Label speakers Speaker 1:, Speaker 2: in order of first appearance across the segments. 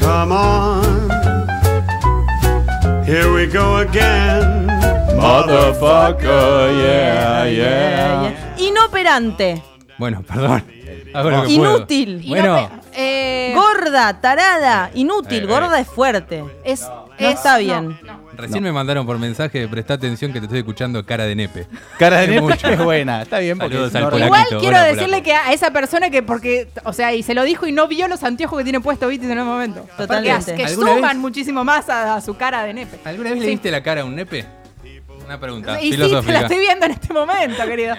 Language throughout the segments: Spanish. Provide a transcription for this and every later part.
Speaker 1: come on. Here we go again.
Speaker 2: Motherfucker, yeah, yeah.
Speaker 3: Inoperante.
Speaker 2: Bueno, perdón. Hago lo Ah, que puedo.
Speaker 3: Inútil.
Speaker 4: Y
Speaker 2: Bueno.
Speaker 4: no pe- eh,
Speaker 3: Gorda, tarada, inútil.
Speaker 2: Eh,
Speaker 3: Gorda
Speaker 2: eh.
Speaker 3: es fuerte.
Speaker 4: es,
Speaker 3: No
Speaker 4: es-
Speaker 3: está bien.
Speaker 4: no, no.
Speaker 2: Recién me mandaron por mensaje, prestá atención que te estoy escuchando cara de nepe.
Speaker 5: Cara de
Speaker 2: Hace
Speaker 5: Nepe
Speaker 2: mucho.
Speaker 5: es buena, está bien porque
Speaker 2: Saludos
Speaker 5: es un
Speaker 2: al
Speaker 5: orden.
Speaker 2: polaco.
Speaker 4: Igual
Speaker 2: Polaquito,
Speaker 4: quiero
Speaker 2: hola,
Speaker 4: decirle
Speaker 2: polaco.
Speaker 4: que a esa persona que porque, o sea, y se lo dijo y no vio los anteojos que tiene puesto, viste, en el momento.
Speaker 3: Totalmente.
Speaker 4: Que, que
Speaker 2: ¿Alguna
Speaker 4: suman
Speaker 2: vez?
Speaker 4: muchísimo más a, a su cara de nepe.
Speaker 2: ¿Alguna vez le
Speaker 4: Sí.
Speaker 2: viste la cara a un nepe? Una pregunta
Speaker 4: Y sí, te la
Speaker 2: filosófica.
Speaker 4: estoy viendo en este momento, querido.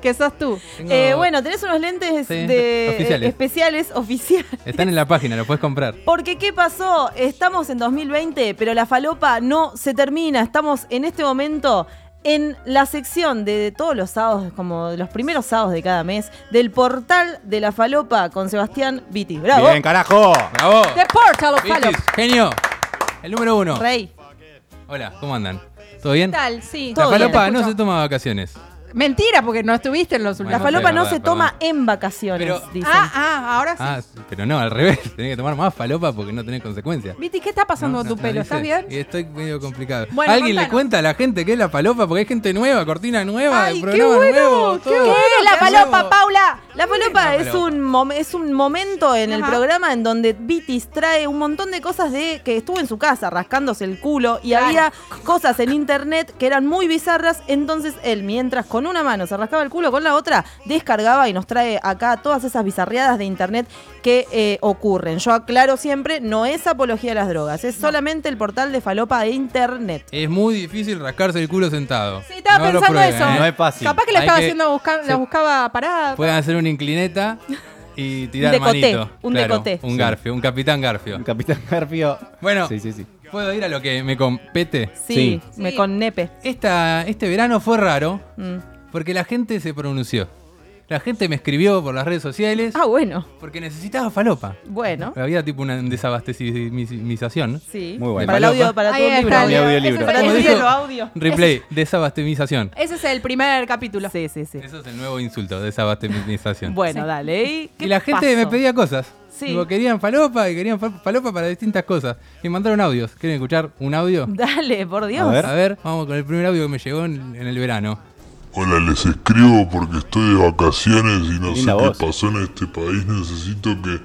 Speaker 4: Que sos tú.
Speaker 2: Tengo-
Speaker 3: Eh, bueno, tenés unos lentes
Speaker 2: Sí,
Speaker 3: de,
Speaker 2: oficiales.
Speaker 3: eh, especiales oficiales.
Speaker 2: Están en la página, lo puedes comprar.
Speaker 3: Porque ¿qué pasó? Estamos en 2020, pero la falopa no se termina. Estamos en este momento en la sección de, de todos los sábados, como de los primeros sábados de cada mes, del portal de la falopa con Sebastián Viti. Bravo.
Speaker 5: Bien, carajo.
Speaker 2: ¡Bravo!
Speaker 4: The Portal of Fallop.
Speaker 2: Vitis, Genio, el número uno.
Speaker 3: Rey.
Speaker 2: Hola, ¿cómo andan? ¿todo bien?
Speaker 4: ¿Qué tal? Sí.
Speaker 2: La
Speaker 3: Todo bien,
Speaker 2: falopa
Speaker 4: te
Speaker 2: no
Speaker 4: escucho.
Speaker 2: se toma vacaciones.
Speaker 4: Mentira, porque no estuviste en los
Speaker 2: Bueno,
Speaker 3: La
Speaker 4: últimos.
Speaker 3: falopa
Speaker 2: sí,
Speaker 3: no
Speaker 2: verdad,
Speaker 3: se
Speaker 2: perdón.
Speaker 3: toma en vacaciones,
Speaker 2: Pero-
Speaker 3: dicen.
Speaker 4: Ah, ah, ahora sí.
Speaker 2: Ah, pero no, al revés. Tenés que tomar más falopa porque no tenés consecuencias.
Speaker 4: Viti, ¿qué está pasando
Speaker 2: No,
Speaker 4: con tu
Speaker 2: no,
Speaker 4: pelo?
Speaker 2: no
Speaker 4: ¿Estás
Speaker 2: dice.
Speaker 4: bien?
Speaker 2: Y estoy medio complicado.
Speaker 4: Bueno,
Speaker 2: ¿Alguien
Speaker 4: contanos.
Speaker 2: le cuenta a la gente qué es la falopa? Porque hay gente nueva, cortina nueva,
Speaker 4: ¡Ay, qué
Speaker 2: programa
Speaker 4: bueno!
Speaker 2: nuevo.
Speaker 4: ¡Qué
Speaker 2: todo.
Speaker 4: bueno! ¡La
Speaker 2: Nuevo.
Speaker 4: falopa, Paula!
Speaker 3: La falopa
Speaker 2: bien, la
Speaker 3: es
Speaker 2: falopa.
Speaker 3: un, mom- es un momento en el
Speaker 4: Ajá.
Speaker 3: programa en donde Vitis trae un montón de cosas de que estuvo en su casa rascándose el culo y
Speaker 4: Claro.
Speaker 3: había cosas en internet que eran muy bizarras. Entonces él, mientras con una mano se rascaba el culo, con la otra descargaba y nos trae acá todas esas bizarreadas de internet que eh, ocurren. Yo aclaro siempre, no es apología a las drogas, es solamente el portal de falopa de internet.
Speaker 2: Es muy difícil rascarse el culo sentado.
Speaker 4: Sí, estaba
Speaker 2: No lo
Speaker 4: pensando
Speaker 2: prueben,
Speaker 4: eso.
Speaker 2: ¿eh?
Speaker 5: No es fácil.
Speaker 4: Capaz que la
Speaker 2: Hay
Speaker 4: estaba
Speaker 2: que-
Speaker 4: haciendo, busca- la
Speaker 2: se-
Speaker 4: buscaba parada.
Speaker 2: Pueden hacer una inclineta y tirar
Speaker 3: Un decoté,
Speaker 2: manito.
Speaker 3: un
Speaker 2: Claro,
Speaker 3: decoté.
Speaker 2: Un
Speaker 5: Sí.
Speaker 2: Garfio, un Capitán Garfio.
Speaker 5: Capitán Garfio.
Speaker 2: Bueno.
Speaker 5: Sí, sí, sí.
Speaker 2: ¿Puedo ir a lo que me compete?
Speaker 3: Sí,
Speaker 4: Sí.
Speaker 3: me
Speaker 4: Sí.
Speaker 3: con nepe.
Speaker 2: Esta, este verano fue raro
Speaker 3: Mm.
Speaker 2: porque la gente se pronunció. La gente me escribió por las redes sociales
Speaker 3: Ah, bueno,
Speaker 2: porque necesitaba falopa.
Speaker 3: bueno.
Speaker 2: Había tipo una desabastecización.
Speaker 3: Sí.
Speaker 5: Muy bueno.
Speaker 3: Para el audio, para tu
Speaker 4: Ahí está,
Speaker 3: libro.
Speaker 5: Mi audiolibro.
Speaker 3: Para el
Speaker 4: Ese es,
Speaker 2: Como
Speaker 3: libro,
Speaker 2: dijo-
Speaker 3: audio.
Speaker 2: Replay, desabastecización.
Speaker 4: ese es el primer capítulo.
Speaker 3: Sí, sí, sí.
Speaker 2: Eso es el nuevo insulto, desabastecización.
Speaker 3: Bueno, dale. ¿Y, qué
Speaker 2: Y la gente
Speaker 3: pasó?
Speaker 2: me pedía cosas.
Speaker 3: Sí.
Speaker 2: Tipo, querían falopa y querían fa- falopa para distintas cosas. Y mandaron audios. ¿Quieren escuchar un audio?
Speaker 3: Dale, por Dios.
Speaker 5: A ver.
Speaker 2: A ver, vamos con el primer audio que me llegó en, en el verano.
Speaker 6: Hola, les escribo porque estoy de vacaciones y no
Speaker 5: Linda
Speaker 6: sé
Speaker 5: voz.
Speaker 6: qué pasó en este país. Necesito que,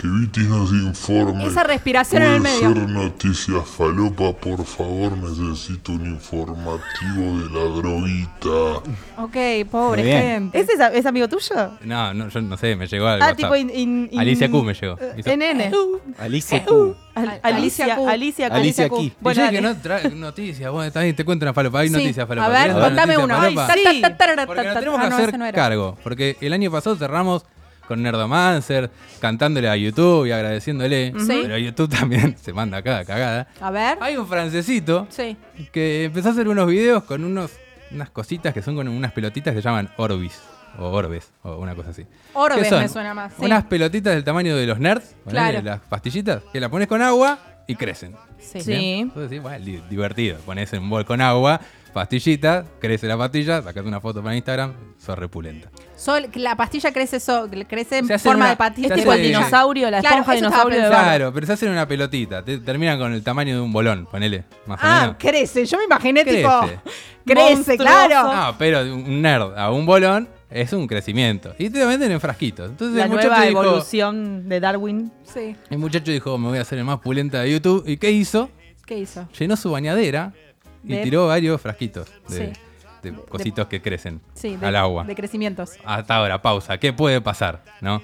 Speaker 6: que Vitis nos informe.
Speaker 4: Esa respiración en el
Speaker 6: ¿Puede
Speaker 4: medio.
Speaker 6: ser noticias falopa, por favor. Necesito un informativo de la droguita.
Speaker 4: Ok, pobre
Speaker 5: Muy bien.
Speaker 4: gente.
Speaker 3: ¿Ese es, a- es amigo tuyo?
Speaker 2: No, no, yo no sé, me llegó algo.
Speaker 3: Ah, tipo. in- in- in-
Speaker 2: Alicia Q me llegó.
Speaker 3: Eh,
Speaker 2: Hizo-
Speaker 3: NN.
Speaker 5: Alicia Q.
Speaker 3: Al- Alicia,
Speaker 4: Alicia Q.
Speaker 3: Alicia Q.
Speaker 5: Alicia
Speaker 3: Q.
Speaker 5: Key.
Speaker 2: Y yo
Speaker 3: Bueno,
Speaker 2: dije,
Speaker 3: dale.
Speaker 2: no, trae noticias. Bueno, está bien, te cuento una falopa. Hay
Speaker 4: Sí.
Speaker 2: noticias falopa.
Speaker 4: A ver,
Speaker 2: ¿Querés una
Speaker 4: contame
Speaker 2: noticia
Speaker 4: una.
Speaker 2: falopa?
Speaker 3: Ay,
Speaker 4: Ta, ta, ta, ta,
Speaker 2: Porque nos
Speaker 4: ta,
Speaker 2: tenemos
Speaker 4: ta.
Speaker 2: que
Speaker 4: Ah, no,
Speaker 2: hacer
Speaker 4: ese no era.
Speaker 2: cargo. Porque el año pasado cerramos con Nerdomancer, cantándole a YouTube y agradeciéndole.
Speaker 4: Sí.
Speaker 2: Pero YouTube también se manda acá, cagada.
Speaker 4: A ver.
Speaker 2: Hay un francesito
Speaker 4: Sí.
Speaker 2: que empezó a hacer unos videos con unos, unas cositas que son con unas pelotitas que se llaman Orbis. O Orbes, o una cosa así.
Speaker 4: Orbes
Speaker 2: ¿Qué son?
Speaker 4: me suena más, sí.
Speaker 2: Unas pelotitas del tamaño de los nerds, ponele,
Speaker 4: Claro.
Speaker 2: las pastillitas, que la pones con agua y crecen.
Speaker 4: Sí.
Speaker 3: Sí.
Speaker 2: Bien. Entonces, sí, bueno, di- divertido. Pones en un bol con agua, pastillita, crece la pastilla, sacas una foto para Instagram, sos repulenta.
Speaker 4: Sol- la pastilla crece, so- crece en
Speaker 2: Se hace
Speaker 4: forma
Speaker 2: una-
Speaker 4: de patilla.
Speaker 2: se
Speaker 3: Es
Speaker 2: hace-
Speaker 3: tipo el dinosaurio, la
Speaker 4: Claro,
Speaker 3: esponja
Speaker 4: eso estaba
Speaker 3: dinosaurio de
Speaker 4: pensando.
Speaker 3: barro.
Speaker 2: Claro, pero se hacen una pelotita, te- terminan con el tamaño de un bolón, ponele, más o
Speaker 4: Ah,
Speaker 2: menos.
Speaker 4: crece. Yo me imaginé
Speaker 2: Crece.
Speaker 4: tipo. Crece,
Speaker 3: Monstruoso.
Speaker 4: claro.
Speaker 2: No, pero de un nerd a un bolón es un crecimiento. Y te lo venden en frasquitos. Entonces
Speaker 3: La
Speaker 2: el muchacho
Speaker 3: nueva
Speaker 2: dijo-
Speaker 3: evolución de Darwin.
Speaker 4: Sí.
Speaker 2: El muchacho dijo, me voy a hacer el más pulenta de YouTube. ¿Y qué hizo?
Speaker 4: ¿Qué hizo?
Speaker 2: Llenó su bañadera y
Speaker 4: De-
Speaker 2: tiró varios frasquitos de,
Speaker 4: Sí.
Speaker 2: de cositos que crecen
Speaker 4: Sí. de-
Speaker 2: al agua.
Speaker 4: De crecimientos.
Speaker 2: Hasta ahora, pausa. ¿Qué puede pasar? ¿No?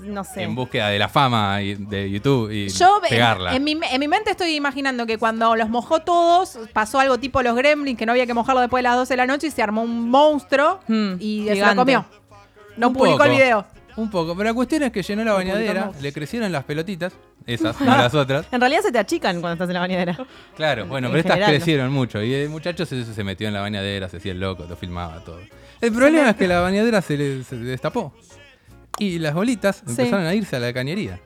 Speaker 3: No sé.
Speaker 2: En búsqueda de la fama y- de YouTube y
Speaker 4: Yo en,
Speaker 2: pegarla.
Speaker 4: en mi, en mi mente estoy imaginando que cuando los mojó todos, pasó algo tipo los gremlins, que no había que mojarlo después de las 12 de la noche y se armó un monstruo
Speaker 3: Mm,
Speaker 4: y se
Speaker 3: gigante.
Speaker 4: lo comió. No
Speaker 2: Un
Speaker 4: publicó el
Speaker 2: poco.
Speaker 4: video.
Speaker 2: Un poco. Pero la cuestión es que llenó la bañadera,
Speaker 4: publicamos.
Speaker 2: le crecieron las pelotitas,
Speaker 4: Ah.
Speaker 2: esas, no las otras.
Speaker 3: En realidad se te achican cuando estás en la bañadera.
Speaker 2: Claro, bueno,
Speaker 3: en
Speaker 2: pero estas
Speaker 3: general, ¿no?
Speaker 2: crecieron mucho. Y el muchacho se, se metió en la bañadera, se hacía el loco, lo filmaba todo. El problema es que la bañadera se le se le destapó. Y las bolitas
Speaker 4: Sí.
Speaker 2: empezaron a irse a la cañería.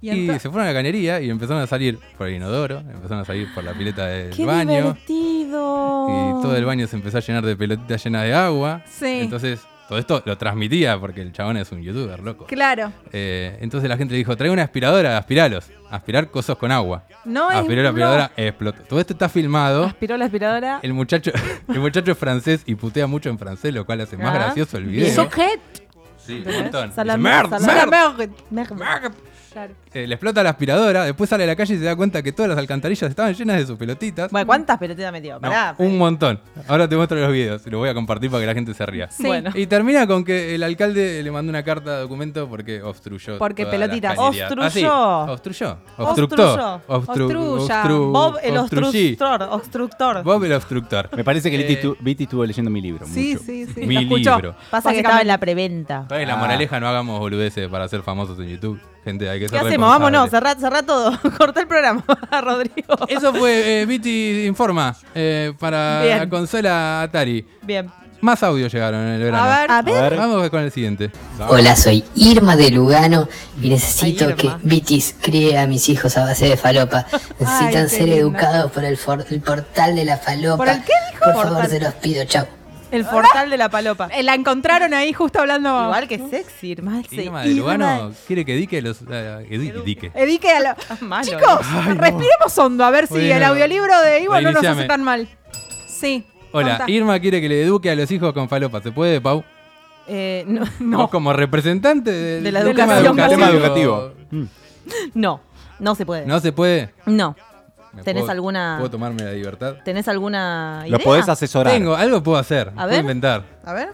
Speaker 4: Y
Speaker 2: Y,
Speaker 4: ento-
Speaker 2: se fueron a la cañería y empezaron a salir por el inodoro, empezaron a salir por la pileta del
Speaker 3: ¡Qué Oh.
Speaker 2: baño.
Speaker 3: divertido!
Speaker 2: Y todo el baño se empezó a llenar de pelotitas llenas de agua.
Speaker 4: Sí.
Speaker 2: Entonces todo esto lo transmitía porque el chabón es un youtuber, loco.
Speaker 4: Claro.
Speaker 2: Eh, entonces la gente le dijo, trae una aspiradora, aspiralos. Aspirar cosas con agua.
Speaker 4: No es-
Speaker 2: Aspiró
Speaker 4: no.
Speaker 2: la aspiradora, explotó. Todo esto está filmado.
Speaker 3: Aspiró la aspiradora.
Speaker 2: El muchacho, el muchacho es francés y putea mucho en francés, lo cual hace más
Speaker 3: Ah.
Speaker 2: gracioso el
Speaker 3: Y
Speaker 2: video.
Speaker 3: sojet.
Speaker 2: Sí, un
Speaker 3: ¿Entendés?
Speaker 2: montón. Dice,
Speaker 3: Salam-
Speaker 2: "Merd,
Speaker 3: salam-
Speaker 2: merd".
Speaker 3: Merda.
Speaker 4: Claro.
Speaker 2: Eh, le explota la aspiradora, después sale a la calle y se da cuenta que todas las alcantarillas estaban llenas de sus pelotitas.
Speaker 3: Bueno, ¿cuántas pelotitas metió?
Speaker 2: No,
Speaker 3: Pará. pues.
Speaker 2: un montón. Ahora te muestro los videos y los voy a compartir para que la gente se ría.
Speaker 4: Sí.
Speaker 3: Bueno.
Speaker 2: Y termina con que el alcalde le mandó una carta de documento porque obstruyó.
Speaker 4: Porque
Speaker 2: todas las
Speaker 4: pelotitas.
Speaker 2: galerías.
Speaker 3: Obstruyó.
Speaker 2: Ah, sí, Obstruyó. Obstructó.
Speaker 3: Obstruyó.
Speaker 2: Obstru-
Speaker 4: Obstruya.
Speaker 2: obstru-
Speaker 3: Bob el
Speaker 2: obstruyí.
Speaker 3: obstructor. obstructor.
Speaker 2: Bob el obstructor.
Speaker 5: Me parece que Viti
Speaker 2: Eh,
Speaker 5: tu- Viti estuvo leyendo mi libro.
Speaker 4: Sí,
Speaker 5: mucho.
Speaker 4: sí, sí.
Speaker 2: Mi
Speaker 4: lo escuchó.
Speaker 2: libro.
Speaker 3: Pasa que
Speaker 4: Básicamente.
Speaker 3: estaba en la preventa.
Speaker 2: Entonces, la
Speaker 5: Ah.
Speaker 2: moraleja no hagamos boludeces para ser famosos en YouTube. Gente, hay que
Speaker 3: ¿Qué
Speaker 2: ser
Speaker 3: hacemos?
Speaker 2: responsables.
Speaker 3: Vámonos, cerrá, cerrá todo. Cortá el programa, Rodrigo.
Speaker 2: Eso fue eh, Viti Informa eh, para
Speaker 3: Bien.
Speaker 2: la consola Atari.
Speaker 3: Bien.
Speaker 2: Más audios llegaron en el verano.
Speaker 4: A ver.
Speaker 3: A ver.
Speaker 5: A ver.
Speaker 2: Vamos con el siguiente.
Speaker 7: Hola, soy Irma de Lugano y necesito
Speaker 3: Ay,
Speaker 7: que
Speaker 3: Irma.
Speaker 7: Vitis críe a mis hijos a base de falopa.
Speaker 4: Ay,
Speaker 7: Necesitan
Speaker 4: qué
Speaker 7: ser
Speaker 4: lindo.
Speaker 7: educados por el, for- el portal de la falopa.
Speaker 4: ¿Por el qué dijo?
Speaker 7: Por favor,
Speaker 3: Portal.
Speaker 7: se los pido, chao.
Speaker 3: El portal de la palopa.
Speaker 4: Eh, La encontraron ahí justo hablando.
Speaker 3: Igual que sexy, Irma. sí.
Speaker 2: Irma de Lugano quiere que dique los. eh, que di- dique.
Speaker 4: Edique a lo-
Speaker 3: Malo, eh.
Speaker 4: Chicos, respiremos hondo a ver si
Speaker 2: Bueno.
Speaker 4: el audiolibro de Ivo no nos hace
Speaker 2: Reiniciame.
Speaker 4: tan mal. Sí.
Speaker 2: Hola,
Speaker 4: contá.
Speaker 2: Irma quiere que le eduque a los hijos con falopa. ¿Se puede, Pau?
Speaker 3: Eh, no,
Speaker 2: Vos como representante del,
Speaker 3: De la
Speaker 2: del tema
Speaker 3: educación
Speaker 5: Tema
Speaker 3: Pero-
Speaker 5: educativo. Mm.
Speaker 3: no, no se puede. No.
Speaker 2: ¿No se puede? ¿Me
Speaker 3: ¿Tenés
Speaker 2: puedo-
Speaker 3: alguna-
Speaker 2: ¿Puedo tomarme la libertad?
Speaker 3: ¿Tenés alguna idea?
Speaker 5: Lo podés eh, asesorar.
Speaker 2: Tengo, algo puedo hacer. puedo
Speaker 3: ver.
Speaker 2: inventar.
Speaker 3: A ver.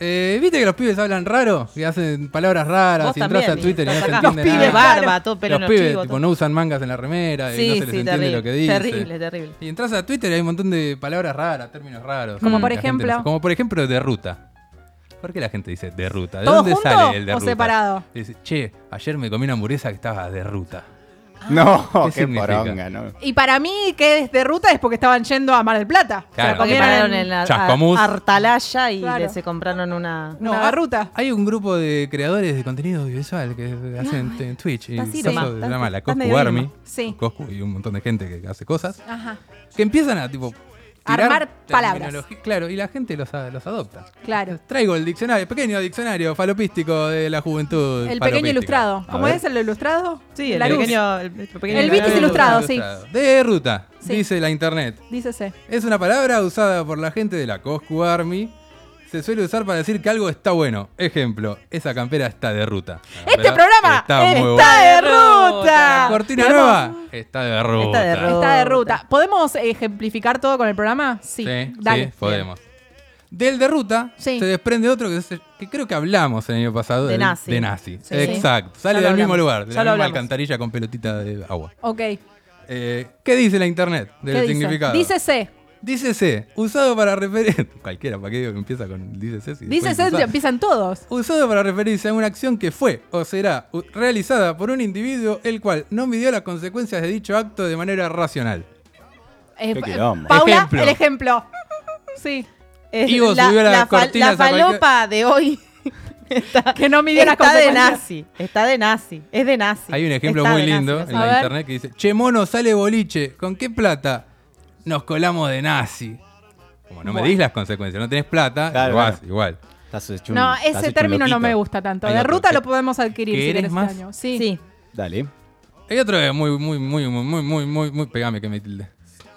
Speaker 2: Eh, ¿Viste que los pibes hablan raro? Que hacen palabras raras
Speaker 3: Vos
Speaker 2: y entras
Speaker 3: también,
Speaker 2: a Twitter y no
Speaker 3: estás
Speaker 2: se
Speaker 3: acá.
Speaker 2: entiende
Speaker 3: Los pibes,
Speaker 2: nada.
Speaker 3: barba, todo pelo
Speaker 2: los
Speaker 3: en los
Speaker 2: pibes
Speaker 3: chivos,
Speaker 2: tipo,
Speaker 3: todo.
Speaker 2: no usan mangas en la remera y
Speaker 3: Sí,
Speaker 2: no se
Speaker 3: sí,
Speaker 2: les entiende
Speaker 3: terrible,
Speaker 2: lo que dicen.
Speaker 3: terrible, terrible.
Speaker 2: Y entras a Twitter y hay un montón de palabras raras, términos raros.
Speaker 4: Como
Speaker 2: que la
Speaker 4: por
Speaker 2: gente no
Speaker 4: ejemplo.
Speaker 2: sabe. como por ejemplo de ruta. ¿Por qué la gente dice de ruta? ¿De
Speaker 4: ¿Todo
Speaker 2: dónde
Speaker 4: junto
Speaker 2: sale el de
Speaker 4: o
Speaker 2: ruta?
Speaker 4: separado?
Speaker 2: Dice, che, ayer me comí una hamburguesa que estaba de ruta.
Speaker 5: No,
Speaker 2: ¿Qué
Speaker 5: qué,
Speaker 2: significa?
Speaker 5: poronga, ¿no?
Speaker 4: Y para mí que es de ruta es porque estaban yendo a Mar del Plata.
Speaker 2: Claro.
Speaker 4: Se la
Speaker 3: Porque
Speaker 4: comieron
Speaker 3: pararon
Speaker 4: en-
Speaker 3: en la
Speaker 2: Chascomús.
Speaker 3: a- Artalaya y
Speaker 4: Claro.
Speaker 3: le- se compraron una.
Speaker 4: Una garruta.
Speaker 2: Hay un grupo de creadores de contenido audiovisual que hacen en Twitch. Y
Speaker 3: Estás
Speaker 2: cosas,
Speaker 3: Irma,
Speaker 2: se
Speaker 3: estás-
Speaker 2: llama la
Speaker 3: estás
Speaker 2: Coscu
Speaker 3: medio
Speaker 2: Army.
Speaker 3: Irma.
Speaker 4: Sí.
Speaker 2: Coscu y un montón de gente que hace cosas.
Speaker 4: Ajá,
Speaker 2: Que empiezan a tipo. tirar
Speaker 4: Armar palabras.
Speaker 2: terminología- Claro, y la gente los, a- los adopta.
Speaker 4: claro.
Speaker 2: Traigo el diccionario, el pequeño diccionario falopístico de la juventud.
Speaker 4: El pequeño
Speaker 2: falopística.
Speaker 4: ilustrado.
Speaker 5: A
Speaker 4: ¿Cómo
Speaker 5: ver.
Speaker 4: es el ilustrado?
Speaker 3: Sí, el
Speaker 4: La luz.
Speaker 3: pequeño, el, pequeño.
Speaker 4: El Vitis
Speaker 2: Pequeño
Speaker 4: ilustrado, sí.
Speaker 2: De ruta,
Speaker 4: Sí.
Speaker 2: dice la internet.
Speaker 4: Dícese.
Speaker 2: Es una palabra usada por la gente de la Coscu Army. Se suele usar para decir que algo está bueno. Ejemplo, esa campera está de ruta. La
Speaker 4: Este
Speaker 2: campera
Speaker 4: programa
Speaker 2: está, muy
Speaker 4: está
Speaker 2: buena.
Speaker 4: de
Speaker 3: buena.
Speaker 4: ruta.
Speaker 2: Cortina
Speaker 4: Tenemos-
Speaker 2: nueva está de ruta.
Speaker 3: Está de ruta.
Speaker 4: Está de ruta. ¿Podemos ejemplificar todo con el programa?
Speaker 2: Sí,
Speaker 4: Sí.
Speaker 2: sí,
Speaker 4: Dale.
Speaker 2: podemos. Del de ruta
Speaker 4: Sí.
Speaker 2: se desprende otro que, se- que creo que hablamos el año pasado.
Speaker 3: De
Speaker 2: del-
Speaker 3: nazi.
Speaker 2: De nazi.
Speaker 3: Sí.
Speaker 2: Exacto. Sale
Speaker 3: Ya lo
Speaker 2: del mismo
Speaker 3: hablamos.
Speaker 2: lugar, de
Speaker 3: Ya
Speaker 2: la
Speaker 3: lo
Speaker 2: misma
Speaker 3: hablamos.
Speaker 2: alcantarilla con pelotita de agua.
Speaker 4: Ok. ¿Qué
Speaker 2: Eh, ¿Qué dice la internet del
Speaker 4: dice?
Speaker 2: significado?
Speaker 4: Dícese.
Speaker 2: Dícese, usado para referir. Cualquiera, ¿para qué digo que empieza con dícese? si después
Speaker 4: Dícese,
Speaker 2: usa?
Speaker 4: empiezan todos.
Speaker 2: Usado para referirse a una acción que fue o será u- realizada por un individuo el cual no midió las consecuencias de dicho acto de manera racional.
Speaker 4: Eh,
Speaker 5: Qué
Speaker 4: pa-
Speaker 5: quilombo.
Speaker 4: Paula,
Speaker 2: Ejemplo.
Speaker 4: el ejemplo. Sí.
Speaker 3: Es-
Speaker 2: Y vos
Speaker 3: la,
Speaker 2: subió las
Speaker 3: la fal-
Speaker 2: cortinas
Speaker 3: la
Speaker 2: a cualquier-
Speaker 3: falopa de hoy está,
Speaker 4: Que no midió las
Speaker 3: está de
Speaker 4: consecuencias.
Speaker 3: nazi. Está de nazi. Es de nazi.
Speaker 2: Hay un ejemplo
Speaker 3: Está
Speaker 2: muy
Speaker 3: de nazi,
Speaker 2: lindo
Speaker 3: no sé.
Speaker 2: en
Speaker 4: A
Speaker 2: la
Speaker 4: ver.
Speaker 2: internet que dice, che mono, sale boliche, ¿con qué plata? Nos colamos de nazi. Como no medís las consecuencias, no tenés plata,
Speaker 5: Claro,
Speaker 2: lo
Speaker 5: claro.
Speaker 2: vas igual.
Speaker 5: Estás hecho un-
Speaker 4: No,
Speaker 5: estás hecho
Speaker 4: ese
Speaker 5: un
Speaker 4: término no
Speaker 5: loquito.
Speaker 4: me gusta tanto.
Speaker 2: Hay
Speaker 4: De
Speaker 2: otro.
Speaker 4: ruta lo
Speaker 2: ¿Qué-
Speaker 4: podemos adquirir si
Speaker 2: querés
Speaker 4: querés
Speaker 2: más?
Speaker 4: este año. Sí.
Speaker 3: Sí.
Speaker 5: Dale.
Speaker 2: Hay otro que es muy, muy, muy, muy, muy, muy, muy, muy, pegame que me tilde.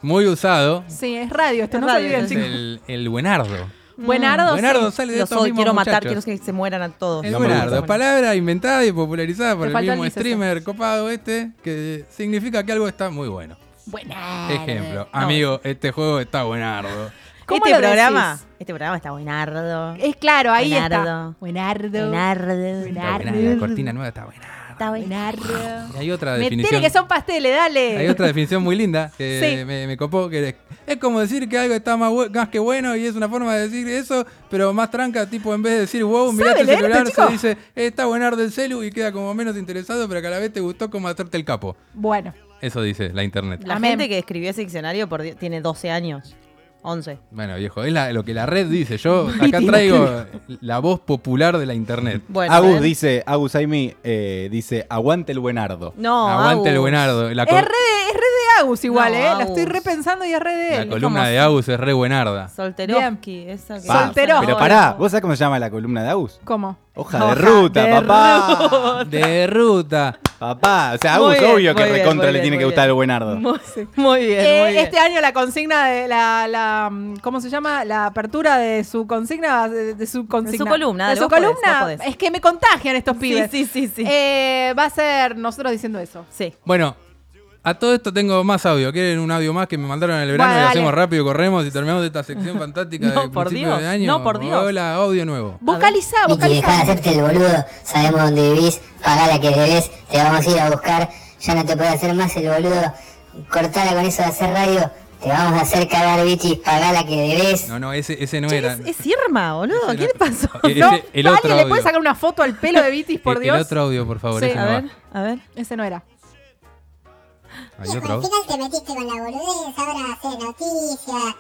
Speaker 2: Muy usado.
Speaker 4: Sí, es radio esto,
Speaker 3: Es
Speaker 4: no
Speaker 3: radio,
Speaker 4: se olviden,
Speaker 2: Es
Speaker 3: entonces.
Speaker 4: chicos.
Speaker 2: el, el buenardo.
Speaker 3: Mm.
Speaker 4: Buenardo,
Speaker 2: Buenardo
Speaker 4: sí.
Speaker 2: sale de
Speaker 3: Los
Speaker 2: estos
Speaker 3: odio,
Speaker 2: mismos
Speaker 3: quiero matar, quiero
Speaker 2: muchachos.
Speaker 3: que se mueran a todos.
Speaker 2: El
Speaker 5: No me
Speaker 2: Buenardo,
Speaker 5: gusta.
Speaker 2: palabra inventada y popularizada por
Speaker 4: Te
Speaker 2: el
Speaker 4: falta el
Speaker 2: mismo
Speaker 4: dícese.
Speaker 2: streamer copado este, que significa que algo está muy bueno.
Speaker 4: Buenardo.
Speaker 2: Ejemplo, amigo, este juego está buenardo.
Speaker 4: ¿Cómo
Speaker 3: este
Speaker 4: lo
Speaker 3: programa,
Speaker 4: decís?
Speaker 3: este programa está buenardo.
Speaker 4: Es claro, ahí
Speaker 3: Buenardo.
Speaker 4: está. Buenardo.
Speaker 3: Buenardo.
Speaker 2: Está buenardo, La cortina nueva está buenardo.
Speaker 3: Está buenardo.
Speaker 2: Y hay otra
Speaker 4: Metele
Speaker 2: definición.
Speaker 4: que son pasteles, dale.
Speaker 2: Hay otra definición muy linda que
Speaker 4: Sí.
Speaker 2: me, me copó, que es, es como decir que algo está más, bu- más que bueno y es una forma de decir eso, pero más tranca, tipo en vez de decir wow, mirá
Speaker 4: ¿Sabe
Speaker 2: tu
Speaker 4: leer
Speaker 2: celular,
Speaker 4: este chico?
Speaker 2: se dice "Eh, está buenardo el celu y queda como menos interesado, pero que a la vez te gustó como hacerte el capo.
Speaker 4: Bueno,
Speaker 2: Eso dice la internet.
Speaker 3: La
Speaker 4: Amén.
Speaker 3: gente que escribió ese diccionario por Dios, tiene 12 años. 11.
Speaker 2: Bueno, viejo, es la- lo que la red dice. Yo acá traigo la voz popular de la internet.
Speaker 3: Bueno, ¿eh? a
Speaker 5: Agus
Speaker 3: ver.
Speaker 5: dice, Agus Aimi eh, dice, aguante el buenardo.
Speaker 3: No,
Speaker 2: Aguante el
Speaker 3: Agus.
Speaker 2: buenardo. La co-
Speaker 4: es re de, es re de Agus igual,
Speaker 3: No,
Speaker 4: ¿eh? La
Speaker 3: Agus.
Speaker 4: estoy repensando y es re de
Speaker 2: La
Speaker 4: él.
Speaker 2: columna
Speaker 3: como
Speaker 2: de Agus es re buenarda.
Speaker 3: Solterovsky, esa que.
Speaker 5: Pa,
Speaker 4: Solteró.
Speaker 5: Pero pará, ¿vos sabés cómo se llama la columna de Agus?
Speaker 4: ¿Cómo?
Speaker 5: Hoja de ruta,
Speaker 3: de
Speaker 5: papá.
Speaker 2: De ruta.
Speaker 5: Papá. O sea, Agus,
Speaker 3: Muy bien,
Speaker 5: obvio que
Speaker 3: muy bien, muy
Speaker 5: recontra le
Speaker 3: bien,
Speaker 5: tiene
Speaker 3: muy
Speaker 5: que gustar
Speaker 3: bien.
Speaker 5: el buenardo.
Speaker 3: Muy, muy bien,
Speaker 4: Eh,
Speaker 3: muy bien.
Speaker 4: este año la consigna de la, la, mm, ¿cómo se llama? La apertura de su consigna de, de su consigna.
Speaker 3: columna,
Speaker 4: de
Speaker 3: dale,
Speaker 4: su
Speaker 3: vos podés,
Speaker 4: columna.
Speaker 3: vos podés.
Speaker 4: Es que me contagian estos pibes.
Speaker 3: sí, sí, sí.
Speaker 4: Eh, va a ser nosotros diciendo eso.
Speaker 3: sí.
Speaker 2: Bueno, a todo esto tengo más audio. ¿Quieren un audio más que me mandaron en el verano?
Speaker 4: Bueno,
Speaker 2: y lo
Speaker 4: dale.
Speaker 2: hacemos rápido, corremos y terminamos esta sección fantástica
Speaker 3: No,
Speaker 2: de
Speaker 3: por
Speaker 2: principio
Speaker 3: Dios,
Speaker 2: de año.
Speaker 3: no, por Dios.
Speaker 2: Hola, audio nuevo.
Speaker 4: Vocalizá,
Speaker 8: Vicky, dejá de
Speaker 4: vocalizá.
Speaker 8: hacerte el boludo, sabemos dónde vivís, pagá la que debes, te vamos a ir a buscar, ya no te puede hacer más el boludo, cortala con eso de hacer radio, te vamos a hacer cagar, Vicky, pagá la que debes.
Speaker 2: No, no, ese, ese no
Speaker 3: Che,
Speaker 2: era. Este,
Speaker 3: es, es Irma, boludo.
Speaker 2: Ese
Speaker 3: ¿Qué
Speaker 2: no-
Speaker 3: le pasó?
Speaker 2: Eh,
Speaker 4: No,
Speaker 2: ese- el otro
Speaker 4: ¿Alguien le puede
Speaker 2: audio.
Speaker 4: sacar una foto al pelo de Vitis, por
Speaker 2: El-
Speaker 4: Dios?
Speaker 2: El otro audio, por favor.
Speaker 4: Sí,
Speaker 2: ese
Speaker 3: A
Speaker 2: no
Speaker 3: ver,
Speaker 2: va.
Speaker 3: a ver.
Speaker 4: Ese no era.
Speaker 2: Hay otro audio.
Speaker 8: te metiste con la boludez, ahora haces noticias,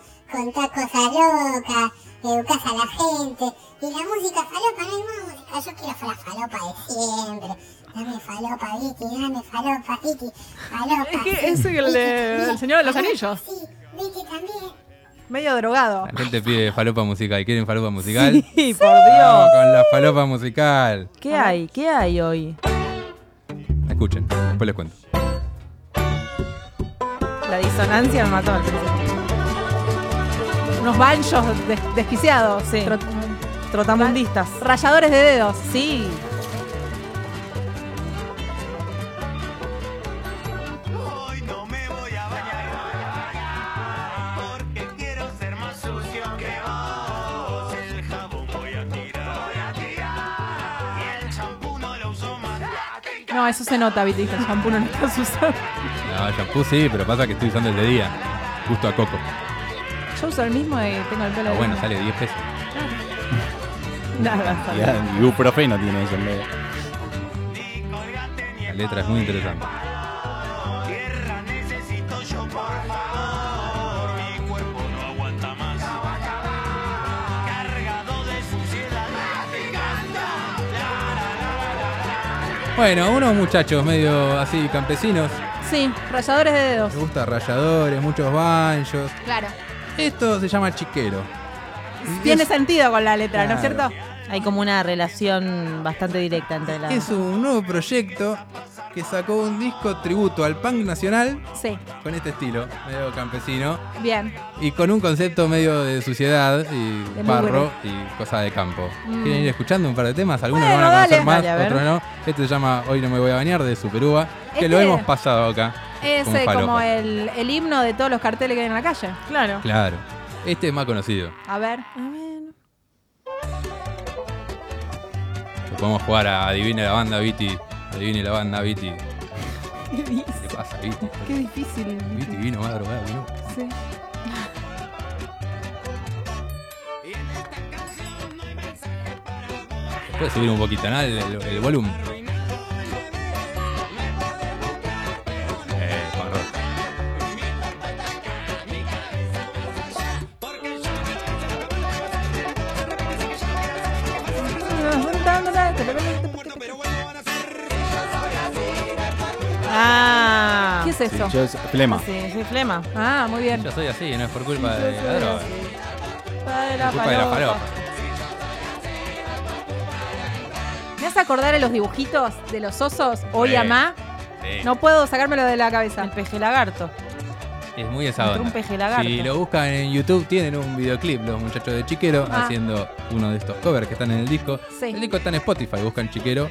Speaker 8: contás cosas locas, educás a la gente, y la música falopa, no hay más música, yo quiero la falopa de siempre. Dame falopa, Vicky, dame falopa, Vicky, falopa.
Speaker 4: Es que es el, eh, el Señor de los Anillos.
Speaker 8: Sí, Vicky también.
Speaker 4: Medio drogado.
Speaker 2: La gente pide falopa musical. ¿Quieren falopa musical?
Speaker 3: Sí, por
Speaker 2: Vamos
Speaker 3: Dios.
Speaker 2: con la falopa musical.
Speaker 3: ¿Qué hay? ¿Qué hay hoy?
Speaker 2: La escuchen, después les cuento.
Speaker 3: La disonancia me mató.
Speaker 4: Unos banchos des- desquiciados.
Speaker 3: Sí.
Speaker 4: Trot-
Speaker 3: Trotamundistas.
Speaker 4: Rayadores de dedos.
Speaker 3: Sí.
Speaker 1: Hoy no me voy a bañar porque quiero ser más sucio que vos. El jabón voy a tirar y el champú no lo uso más.
Speaker 4: No, eso se nota, Vitis, que el shampoo no lo estás usando.
Speaker 2: No, shampoo sí, pero pasa que estoy usando el de día. Justo a coco.
Speaker 4: Yo uso el mismo y tengo el pelo
Speaker 2: Ah,
Speaker 4: de
Speaker 2: bueno, sale 10 pesos.
Speaker 4: Nada, sale.
Speaker 5: Y ibuprofeno tiene eso en medio.
Speaker 2: La letra es muy interesante.
Speaker 1: Tierra necesito yo, por favor. Mi cuerpo no aguanta más. Cargado de suciedad.
Speaker 2: Bueno, unos muchachos medio así campesinos.
Speaker 4: Sí, rayadores de dedos.
Speaker 2: Me gusta rayadores, muchos banchos.
Speaker 4: Claro.
Speaker 2: Esto se llama chiquero.
Speaker 4: Tiene sentido con la letra, ¿no es
Speaker 2: Claro.
Speaker 4: cierto?
Speaker 3: Hay como una relación bastante directa entre las.
Speaker 2: Es un nuevo proyecto que sacó un disco tributo al punk nacional
Speaker 4: Sí,
Speaker 2: con este estilo, medio campesino,
Speaker 4: bien.
Speaker 2: y con un concepto medio de suciedad y
Speaker 4: muy Mm.
Speaker 2: barro y cosas de campo. ¿Quieren ir escuchando un par de temas? Algunos
Speaker 4: Bueno,
Speaker 2: lo van a conocer
Speaker 4: dale.
Speaker 2: más,
Speaker 3: Dale, a ver.
Speaker 2: otros no. Este se llama Hoy no me voy a bañar de Superúa, que
Speaker 4: Este-
Speaker 2: lo hemos pasado acá.
Speaker 4: Es
Speaker 2: como
Speaker 4: eh, como
Speaker 2: falopa.
Speaker 4: el, el himno de todos los carteles que hay en la calle.
Speaker 3: Claro.
Speaker 2: Claro. Este es más conocido.
Speaker 4: A ver.
Speaker 2: Lo podemos jugar a Adivine la banda, Viti. Adivine la banda, Viti. ¿Qué pasa, Viti?
Speaker 4: Qué difícil.
Speaker 2: Viti vino más drogado que nunca.
Speaker 4: Sí.
Speaker 2: Puede subir un poquito, ¿no? El, el- el volumen. Eh, parro.
Speaker 3: Ah.
Speaker 4: ¿Qué es
Speaker 5: Sí,
Speaker 4: eso?
Speaker 5: yo es flema.
Speaker 3: Sí, sí, flema.
Speaker 4: Ah, muy bien.
Speaker 2: Yo soy así, no es por culpa de la droga.
Speaker 4: Padre
Speaker 2: Es culpa de la
Speaker 4: falopa.
Speaker 2: falopa.
Speaker 4: ¿Me hace acordar a los dibujitos de los osos? Hoy
Speaker 2: Sí.
Speaker 4: a Ma.
Speaker 2: Sí.
Speaker 4: No puedo sacármelo de la cabeza.
Speaker 3: El peje lagarto.
Speaker 2: Es muy esa
Speaker 3: Entró un
Speaker 2: onda.
Speaker 3: peje lagarto.
Speaker 2: Si lo buscan en YouTube, tienen un videoclip los muchachos de Chiquero
Speaker 4: Ah.
Speaker 2: haciendo uno de estos covers que están en el disco.
Speaker 4: Sí.
Speaker 2: El disco está en Spotify, buscan Chiquero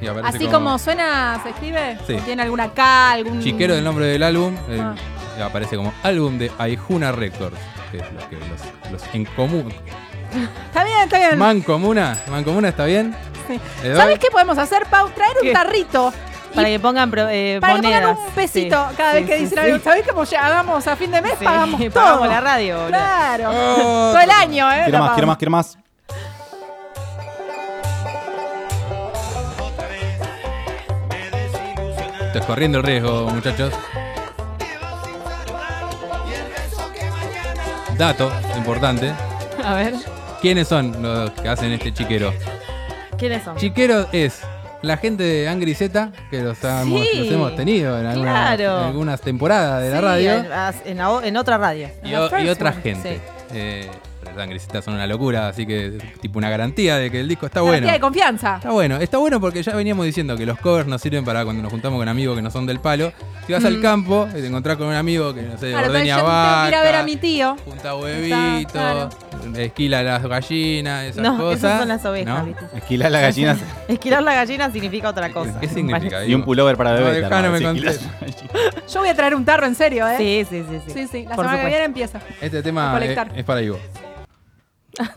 Speaker 2: y aparece
Speaker 4: Así como suena, ¿se escribe?
Speaker 2: Sí.
Speaker 4: ¿O tiene alguna K, algún.
Speaker 2: Chiquero es el nombre del álbum, eh,
Speaker 4: Ah.
Speaker 2: y aparece como álbum de Aijuna Records, que es lo que los, los en común.
Speaker 4: Está bien, está bien.
Speaker 2: Mancomuna, Mancomuna está bien. Eh,
Speaker 4: Sí.
Speaker 2: Le doy.
Speaker 4: ¿Sabes qué podemos hacer, Pau? Traer un
Speaker 3: ¿Qué?
Speaker 4: tarrito. y
Speaker 3: Para que pongan pro- eh,
Speaker 4: para que pongan
Speaker 3: monedas.
Speaker 4: un pesito cada vez que dicen algo. ¿Sabés cómo llegamos a fin de mes? pagamos todo.
Speaker 3: la radio, boludo.
Speaker 4: Claro.
Speaker 2: Oh.
Speaker 4: Todo el año, ¿eh?
Speaker 5: Quiero
Speaker 4: la
Speaker 5: más, quiero
Speaker 4: pagamos.
Speaker 5: más, quiero más.
Speaker 2: Esto es corriendo el riesgo, muchachos. Dato importante.
Speaker 3: A ver.
Speaker 2: ¿Quiénes son los que hacen este chiquero?
Speaker 3: ¿Quiénes son?
Speaker 2: Chiquero es la gente de Angry Z, que los, hemos-
Speaker 3: Sí.
Speaker 2: los hemos tenido en, alguna-
Speaker 3: Claro.
Speaker 2: en algunas temporadas de la radio.
Speaker 3: en, ah, en la o- en otra radio.
Speaker 2: y,
Speaker 4: La
Speaker 2: o- y
Speaker 4: first
Speaker 2: otra
Speaker 4: one,
Speaker 2: gente.
Speaker 4: sí.
Speaker 2: Eh, pero los angricitas son una locura, así que es tipo una garantía de que el disco está
Speaker 4: Garantía
Speaker 2: bueno.
Speaker 4: de confianza.
Speaker 2: Está bueno, está bueno porque ya veníamos diciendo que los covers nos sirven para cuando nos juntamos con amigos que no son del palo. Si vas al campo y te encontrás con un amigo que, no sé,
Speaker 4: Claro, pero yo
Speaker 2: ordeña
Speaker 4: tengo que ir a ver a
Speaker 2: vacas,
Speaker 4: mi tío.
Speaker 2: junta huevitos,
Speaker 4: claro.
Speaker 2: esquila las gallinas, esas
Speaker 3: no,
Speaker 2: cosas.
Speaker 3: esas son las ovejas,
Speaker 2: ¿no?
Speaker 3: ¿viste?
Speaker 5: Esquilar las gallinas
Speaker 3: Esquilar la gallina significa otra cosa.
Speaker 2: ¿Qué significa?
Speaker 5: y un pullover para
Speaker 2: No,
Speaker 5: bebé. te
Speaker 2: dejá,
Speaker 5: armás,
Speaker 2: no me
Speaker 5: sí,
Speaker 2: contés.
Speaker 5: esquilás las gallinas.
Speaker 4: Yo voy a traer un tarro en serio, ¿eh?
Speaker 3: Sí, sí, sí. Sí,
Speaker 4: sí. sí. La
Speaker 3: Por
Speaker 4: semana que
Speaker 3: supuesto.
Speaker 4: viene empieza.
Speaker 2: Este tema eh,
Speaker 4: Recolectar.
Speaker 2: es para Ivo.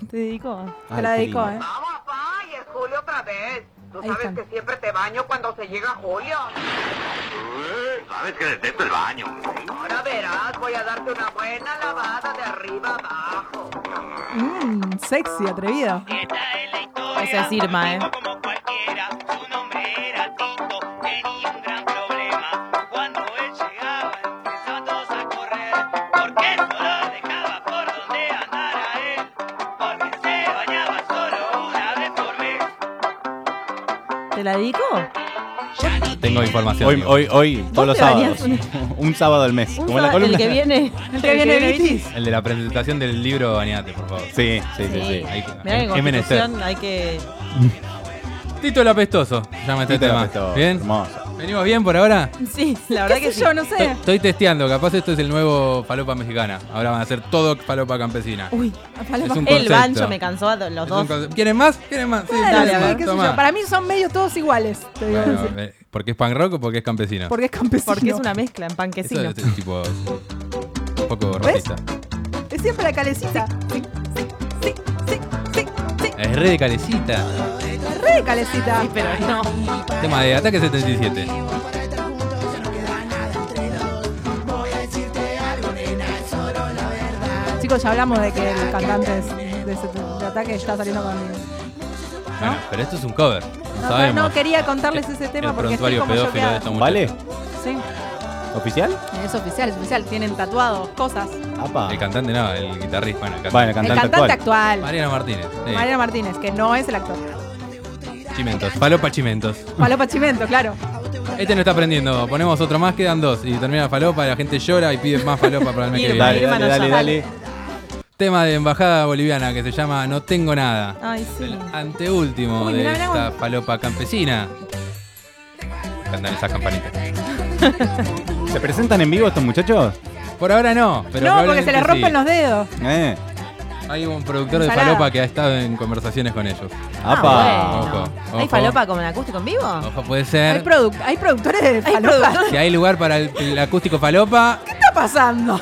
Speaker 3: Te dedico.
Speaker 4: Te la
Speaker 5: Ay, qué
Speaker 4: dedico, ¿eh?
Speaker 5: lindo.
Speaker 9: Vamos, pa, y es Julio otra vez. Tú
Speaker 4: Ahí
Speaker 9: sabes
Speaker 4: están.
Speaker 9: que siempre te baño cuando se llega Julio.
Speaker 1: Sabes que detesto el baño.
Speaker 9: Ahora verás, voy a darte una buena lavada de arriba abajo.
Speaker 4: Mm, sexy, atrevido.
Speaker 3: Ese es Irma, ¿eh?
Speaker 1: Como cualquiera, su nombre era Tito, tenía un gran problema. Cuando él llegaba, empezaba todos a correr, porque solo dejaba por donde andara él, porque se bañaba solo una vez por mes.
Speaker 3: ¿Te la dedico?
Speaker 2: Tengo información.
Speaker 5: Hoy,
Speaker 2: Ivo.
Speaker 5: hoy, hoy, todos los
Speaker 3: eh. te bañás?
Speaker 5: sábados. Un sábado al mes.
Speaker 3: Un
Speaker 5: Como en la
Speaker 3: sábado- el
Speaker 5: columna.
Speaker 3: que viene.
Speaker 4: El que viene Vitis.
Speaker 2: El de la presentación del libro Bañate, por favor.
Speaker 5: Sí, sí, sí,
Speaker 3: Sí.
Speaker 5: sí.
Speaker 2: Ahí-
Speaker 3: Mirá que en
Speaker 2: es- es menester.
Speaker 3: Constitución hay que.
Speaker 2: Tito el apestoso. se Llama este
Speaker 5: Tito el
Speaker 2: tema.
Speaker 5: apestoso,
Speaker 2: ¿Bien?
Speaker 5: hermoso.
Speaker 2: ¿Venimos bien por ahora?
Speaker 3: Sí, la verdad
Speaker 4: ¿Qué
Speaker 3: que
Speaker 4: sé
Speaker 3: sí.
Speaker 4: yo? No sé.
Speaker 2: Estoy testeando, capaz esto es el nuevo falopa mexicana. Ahora van a ser todo falopa campesina.
Speaker 4: Uy, a Paloma.
Speaker 2: Es un
Speaker 3: El
Speaker 2: concepto.
Speaker 3: bancho me cansó a los
Speaker 2: Es
Speaker 3: dos.
Speaker 2: un conce- ¿Quieren más? ¿Quieren más? Sí,
Speaker 4: Claro,
Speaker 3: dale,
Speaker 4: sí,
Speaker 3: a ver,
Speaker 4: qué sé
Speaker 2: toma.
Speaker 4: yo. Para mí son medios todos iguales. Te digo
Speaker 2: Bueno,
Speaker 4: así.
Speaker 2: eh, ¿Porque es pan rock o porque es campesino?
Speaker 4: Porque es campesino.
Speaker 3: Porque es una mezcla en
Speaker 2: Eso
Speaker 3: panquecino.
Speaker 2: es, es tipo un poco
Speaker 4: ¿Ves?
Speaker 2: racista.
Speaker 4: Es siempre la calecita. Sí, sí, sí, sí, sí.
Speaker 2: Es re de calecita.
Speaker 4: La re de calecita.
Speaker 3: Pero no.
Speaker 2: Tema de ataque 77.
Speaker 4: Chicos, ya hablamos de que el cantante es- de, ese- de ataque está saliendo con.
Speaker 2: Bueno, pero esto es un cover. No,
Speaker 4: No,
Speaker 2: sabemos. Eh,
Speaker 4: no, quería contarles ese tema
Speaker 2: el
Speaker 4: porque estoy
Speaker 2: prontuario
Speaker 4: como
Speaker 2: pedófilo de
Speaker 4: choqueada.
Speaker 2: esta muchacha.
Speaker 5: ¿Vale?
Speaker 4: Sí,
Speaker 5: ¿Oficial?
Speaker 4: es oficial, es oficial. Tienen tatuados, cosas.
Speaker 5: Apa.
Speaker 2: El cantante no, el guitarrista. Bueno, el cantante.
Speaker 5: Bueno, el
Speaker 4: El
Speaker 5: cantante,
Speaker 4: cantante
Speaker 5: actual.
Speaker 4: actual,
Speaker 2: Mariana Martínez. sí.
Speaker 4: Mariano Martínez, que no es el actor.
Speaker 2: Chimentos. Falopa Chimentos.
Speaker 4: Palopa Chimento, claro.
Speaker 2: Este no está aprendiendo. Ponemos otro más, quedan dos. Y termina la falopa, la gente llora y pide más falopa para el mes que viene.
Speaker 5: Dale,
Speaker 3: Irma
Speaker 5: dale,
Speaker 3: nos
Speaker 5: dale,
Speaker 3: llama.
Speaker 5: dale.
Speaker 2: Tema de embajada boliviana que se llama No tengo nada.
Speaker 3: Ay, sí.
Speaker 2: El anteúltimo
Speaker 4: Uy,
Speaker 2: de
Speaker 4: mirá, mirá,
Speaker 2: esta falopa campesina. Cantan esas campanitas.
Speaker 5: ¿Se presentan en vivo estos muchachos?
Speaker 2: Por ahora no, pero
Speaker 4: no, porque
Speaker 2: probablemente
Speaker 4: se les rompen
Speaker 2: sí.
Speaker 4: los dedos.
Speaker 5: Eh.
Speaker 2: Hay un productor de
Speaker 4: Ensalada.
Speaker 2: falopa que ha estado en conversaciones con ellos.
Speaker 5: Apa.
Speaker 3: Ah, bueno.
Speaker 2: Ojo,
Speaker 3: ¿Hay
Speaker 2: ojo.
Speaker 3: falopa como en acústico en vivo?
Speaker 2: Ojo, puede
Speaker 4: Hay,
Speaker 2: ser.
Speaker 4: produc- hay productores de
Speaker 3: Hay
Speaker 4: Palopa.
Speaker 3: productores.
Speaker 2: Si hay lugar para el, el acústico falopa,
Speaker 4: ¿Qué está pasando?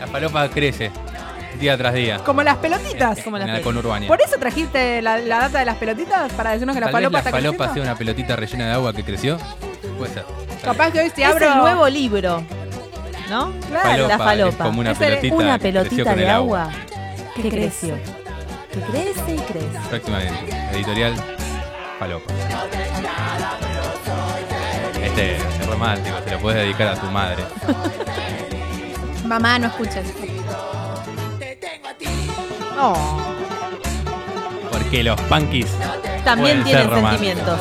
Speaker 2: la falopa crece día tras día.
Speaker 4: Como las pelotitas.
Speaker 2: En la conurbania.
Speaker 4: ¿Por eso trajiste la, la data de las pelotitas? Para decirnos que la
Speaker 2: Tal vez
Speaker 4: palopa
Speaker 2: la
Speaker 4: está
Speaker 2: falopa sea
Speaker 4: creciendo.
Speaker 2: una pelotita rellena de agua que creció. Puede ser.
Speaker 4: Capaz que hoy si
Speaker 3: Es
Speaker 4: abro...
Speaker 3: el nuevo libro. ¿no?
Speaker 2: Claro.
Speaker 3: la
Speaker 2: Falopa
Speaker 3: falopa.
Speaker 2: es como una
Speaker 3: el-
Speaker 2: pelotita
Speaker 3: una
Speaker 2: que creció
Speaker 3: pelotita
Speaker 2: con el
Speaker 3: de
Speaker 2: agua.
Speaker 3: agua, que creció. Que crece y crece.
Speaker 2: Próximamente. Editorial Falopa. Este es romántico, se lo puedes dedicar a tu madre.
Speaker 4: Mamá, no escuches. No.
Speaker 2: Porque los punkies.
Speaker 3: También
Speaker 2: Pueden
Speaker 3: tienen
Speaker 2: ser románticos.
Speaker 3: sentimientos.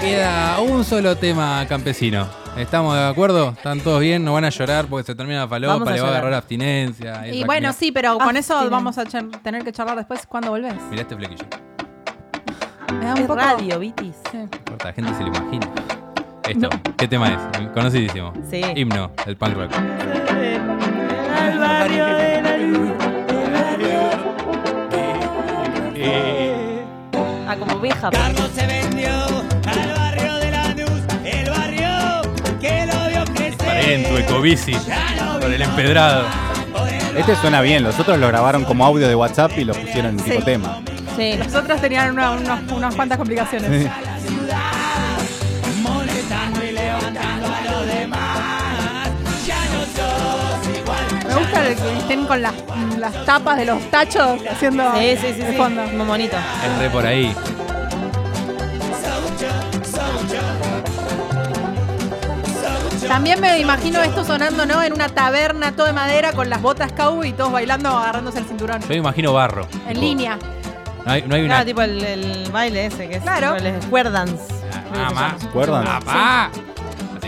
Speaker 2: Queda un solo tema campesino. ¿Estamos de acuerdo? ¿Están todos bien? ¿No van a llorar porque se termina la falopa?
Speaker 3: Vamos a
Speaker 2: ¿Le va a
Speaker 3: llorar.
Speaker 2: agarrar abstinencia?
Speaker 4: Y
Speaker 2: Esa-
Speaker 4: bueno,
Speaker 2: mirá-
Speaker 4: sí, pero
Speaker 3: Ah,
Speaker 4: con eso
Speaker 3: sí,
Speaker 4: vamos a chen- tener que charlar después cuando volvés.
Speaker 2: Mirá este flequillo.
Speaker 4: Me da un
Speaker 3: Es
Speaker 4: poco...
Speaker 3: radio, Vitis.
Speaker 4: Sí.
Speaker 2: Corta, la gente se lo imagina. Esto, ¿qué tema es? Conocidísimo.
Speaker 3: Sí.
Speaker 2: Himno, el punk rock.
Speaker 3: Ah, como oveja.
Speaker 1: Carlos se vendió al barrio de Lanús, el barrio que lo vio
Speaker 2: Parento,
Speaker 1: crecer.
Speaker 2: Ecobici, por el empedrado.
Speaker 5: Este suena bien, los otros lo grabaron como audio de WhatsApp y lo pusieron en tipo
Speaker 4: Sí.
Speaker 5: tema.
Speaker 3: Sí.
Speaker 4: Los otros tenían una- unos- unas cuantas complicaciones. Me gusta el que estén con las, las tapas de los tachos haciendo
Speaker 3: pues. Sí, sí, sí,
Speaker 4: de
Speaker 3: sí.
Speaker 4: fondo.
Speaker 3: Muy bonito.
Speaker 2: Es re por ahí.
Speaker 4: También me imagino esto sonando, ¿no? En una taberna, todo de madera, con las botas cowboy y todos bailando, agarrándose el cinturón.
Speaker 10: Yo me imagino barro.
Speaker 4: En
Speaker 10: tipo,
Speaker 4: línea.
Speaker 10: No hay, no hay una.
Speaker 3: Claro, Ah, tipo el, el baile ese que es
Speaker 4: Claro.
Speaker 3: tipo el square dance.
Speaker 10: Ah, ma.
Speaker 5: ¿Recuerdan?
Speaker 10: Ah, pa.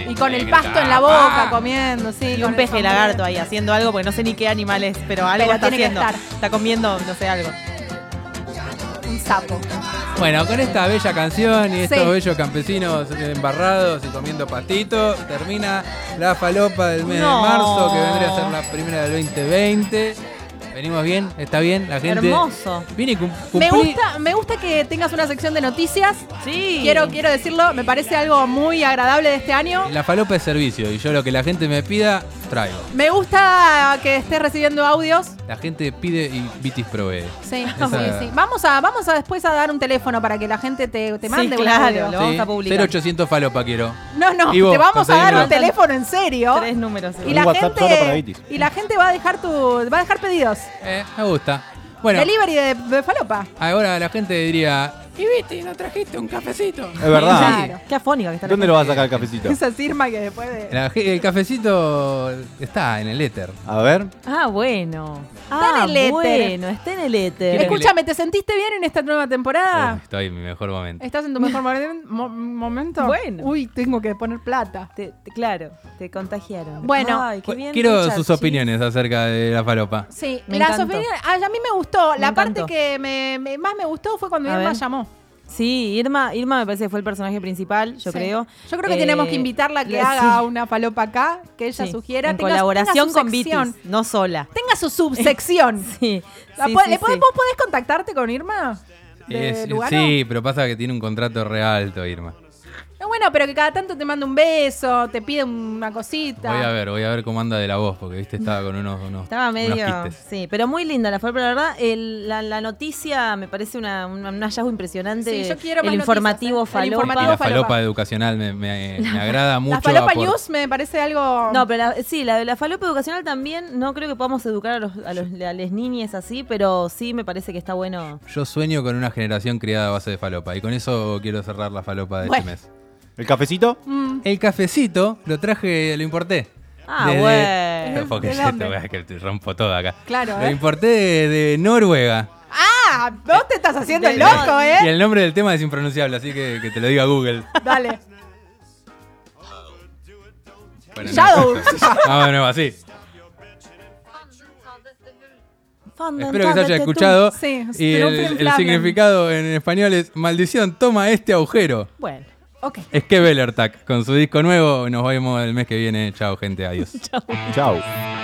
Speaker 4: Y con el pasto en la
Speaker 2: ah,
Speaker 4: boca, comiendo, sí.
Speaker 3: Y
Speaker 4: con
Speaker 3: un
Speaker 4: el
Speaker 3: peje
Speaker 4: sombrero.
Speaker 3: lagarto ahí haciendo algo, porque no sé ni qué animal es, pero algo
Speaker 4: Pero
Speaker 3: está
Speaker 4: tiene que
Speaker 3: haciendo.
Speaker 4: estar.
Speaker 3: Está comiendo, no sé, algo.
Speaker 4: Un sapo.
Speaker 2: Bueno, con esta bella canción y estos
Speaker 4: Sí.
Speaker 2: bellos campesinos embarrados y comiendo pastito, termina la falopa del mes
Speaker 3: No.
Speaker 2: de marzo, que vendría a ser la primera del 2020. Venimos bien, está bien, la gente.
Speaker 3: Hermoso.
Speaker 2: Viene y cum-
Speaker 4: Me
Speaker 2: cumplí-
Speaker 4: gusta, me gusta que tengas una sección de noticias.
Speaker 3: Sí.
Speaker 4: Quiero, quiero decirlo, me parece algo muy agradable de este año.
Speaker 2: La falopa es servicio y yo lo que la gente me pida, traigo.
Speaker 4: Me gusta que estés recibiendo audios.
Speaker 2: La gente pide y Vitis provee.
Speaker 4: Sí,
Speaker 2: Esa-
Speaker 4: sí, sí. Vamos a, vamos a después a dar un teléfono para que la gente te, te
Speaker 3: Sí,
Speaker 4: mande un
Speaker 3: claro,
Speaker 4: audio.
Speaker 3: lo vamos a publicar.
Speaker 2: 0800 falopa quiero.
Speaker 4: No, no,
Speaker 2: Y vos,
Speaker 4: te vamos a dar
Speaker 2: conseguilo.
Speaker 4: un teléfono en serio.
Speaker 3: Tres números.
Speaker 4: ¿Oh? Y la,
Speaker 5: Un WhatsApp solo para
Speaker 4: gente,
Speaker 5: Vitis.
Speaker 4: y la gente va a dejar tu, va a dejar pedidos.
Speaker 2: Eh, me gusta. Bueno,
Speaker 4: Delivery de, de falopa.
Speaker 2: ahora la gente diría, ¿y Vitis no trajiste un cafecito?
Speaker 5: Es verdad.
Speaker 4: Claro.
Speaker 3: Qué afónica que está la
Speaker 5: ¿Dónde
Speaker 3: gente.
Speaker 5: lo vas a sacar el cafecito?
Speaker 4: Esa sirma que después de.
Speaker 2: La- el cafecito está en el éter.
Speaker 5: A ver.
Speaker 3: Ah, bueno.
Speaker 4: Está
Speaker 3: ah,
Speaker 4: en el éter.
Speaker 3: bueno, está en el éter.
Speaker 2: Escu-
Speaker 4: Escúchame, ¿te sentiste bien en esta nueva temporada?
Speaker 5: Eh.
Speaker 2: Uy, estoy en mi mejor momento.
Speaker 4: ¿Estás en tu mejor momen- mo- momento?
Speaker 3: Bueno.
Speaker 4: Uy, tengo que poner plata.
Speaker 3: Te- te- claro, te contagiaron.
Speaker 4: Bueno.
Speaker 3: Ay, qué bien,
Speaker 2: Quiero
Speaker 3: Richard,
Speaker 2: sus
Speaker 3: sí.
Speaker 2: opiniones acerca de la falopa.
Speaker 4: Sí,
Speaker 3: Me
Speaker 4: las
Speaker 3: encantó.
Speaker 4: opiniones- ay, a mí me gustó. la
Speaker 3: Me
Speaker 4: parte
Speaker 3: encantó.
Speaker 4: que me, me- más me gustó fue cuando
Speaker 3: A
Speaker 4: Irma
Speaker 3: ver.
Speaker 4: llamó.
Speaker 3: Sí, Irma, Irma me parece que fue el personaje principal, yo
Speaker 4: Sí.
Speaker 3: creo.
Speaker 4: Yo creo que
Speaker 3: Eh,
Speaker 4: tenemos que invitarla a que
Speaker 3: la-
Speaker 4: haga
Speaker 3: sí,
Speaker 4: una falopa acá, que ella
Speaker 3: sí,
Speaker 4: sugiera.
Speaker 3: En
Speaker 4: tenga-
Speaker 3: colaboración
Speaker 4: tenga su
Speaker 3: con Vitis,
Speaker 4: sección.
Speaker 3: no sola.
Speaker 4: Tenga su subsección.
Speaker 3: Sí,
Speaker 4: La
Speaker 3: sí,
Speaker 4: Ah, po-
Speaker 3: sí,
Speaker 4: ¿le pod-
Speaker 3: sí.
Speaker 4: ¿Vos podés contactarte con Irma? De
Speaker 2: Es-
Speaker 4: Lugano?
Speaker 2: Eh, sí, pero pasa que tiene un contrato re alto, Irma.
Speaker 4: No, bueno, pero que cada tanto te manda un beso, te pide una cosita.
Speaker 2: Voy a ver, voy a ver cómo anda de la voz, porque viste, estaba con unos, unos,
Speaker 3: Estaba
Speaker 2: unos
Speaker 3: medio.
Speaker 2: quites.
Speaker 3: Sí, pero muy linda la fue, pero la verdad, el- la, la noticia me parece una, una- un hallazgo impresionante.
Speaker 4: Sí, yo quiero más
Speaker 3: el informativo
Speaker 4: noticias, ¿eh? El
Speaker 3: falopa.
Speaker 2: Y la
Speaker 4: informativo
Speaker 2: falopa,
Speaker 4: falopa.
Speaker 2: educacional me, me- me agrada mucho.
Speaker 4: La falopa
Speaker 2: apor-
Speaker 4: news me parece algo...
Speaker 3: No, pero la- sí, la de la falopa educacional también, no creo que podamos educar a los, a los a las niñas así, pero sí me parece que está bueno.
Speaker 2: Yo sueño con una generación criada a base de falopa. Y con eso quiero cerrar la falopa de
Speaker 4: Bueno.
Speaker 2: este mes.
Speaker 5: ¿El cafecito?
Speaker 2: El cafecito lo traje, lo importé.
Speaker 3: Ah,
Speaker 2: Desde-
Speaker 3: bueno.
Speaker 2: Tampoco
Speaker 4: Eh, ¿De
Speaker 2: es
Speaker 4: dónde?
Speaker 2: esto, que te rompo todo acá.
Speaker 4: Claro,
Speaker 2: Lo
Speaker 4: ¿eh?
Speaker 2: importé de, de Noruega.
Speaker 4: Ah, vos te estás haciendo
Speaker 3: de-
Speaker 4: el loco,
Speaker 2: Y
Speaker 4: ¿eh?
Speaker 2: el nombre del tema es impronunciable, así que, que te lo diga Google.
Speaker 4: Dale.
Speaker 2: Bueno,
Speaker 4: Shadow.
Speaker 2: No, Vamos de nuevo, así. Espero que se haya escuchado.
Speaker 4: Sí,
Speaker 2: y
Speaker 4: pero un
Speaker 2: el, el
Speaker 4: flim-flam.
Speaker 2: significado en español es Maldición, toma este agujero.
Speaker 3: Bueno.
Speaker 4: Ok.
Speaker 2: Es que Bellertac, con su disco nuevo, nos vemos el mes que viene. Chao, gente, adiós.
Speaker 5: Chao.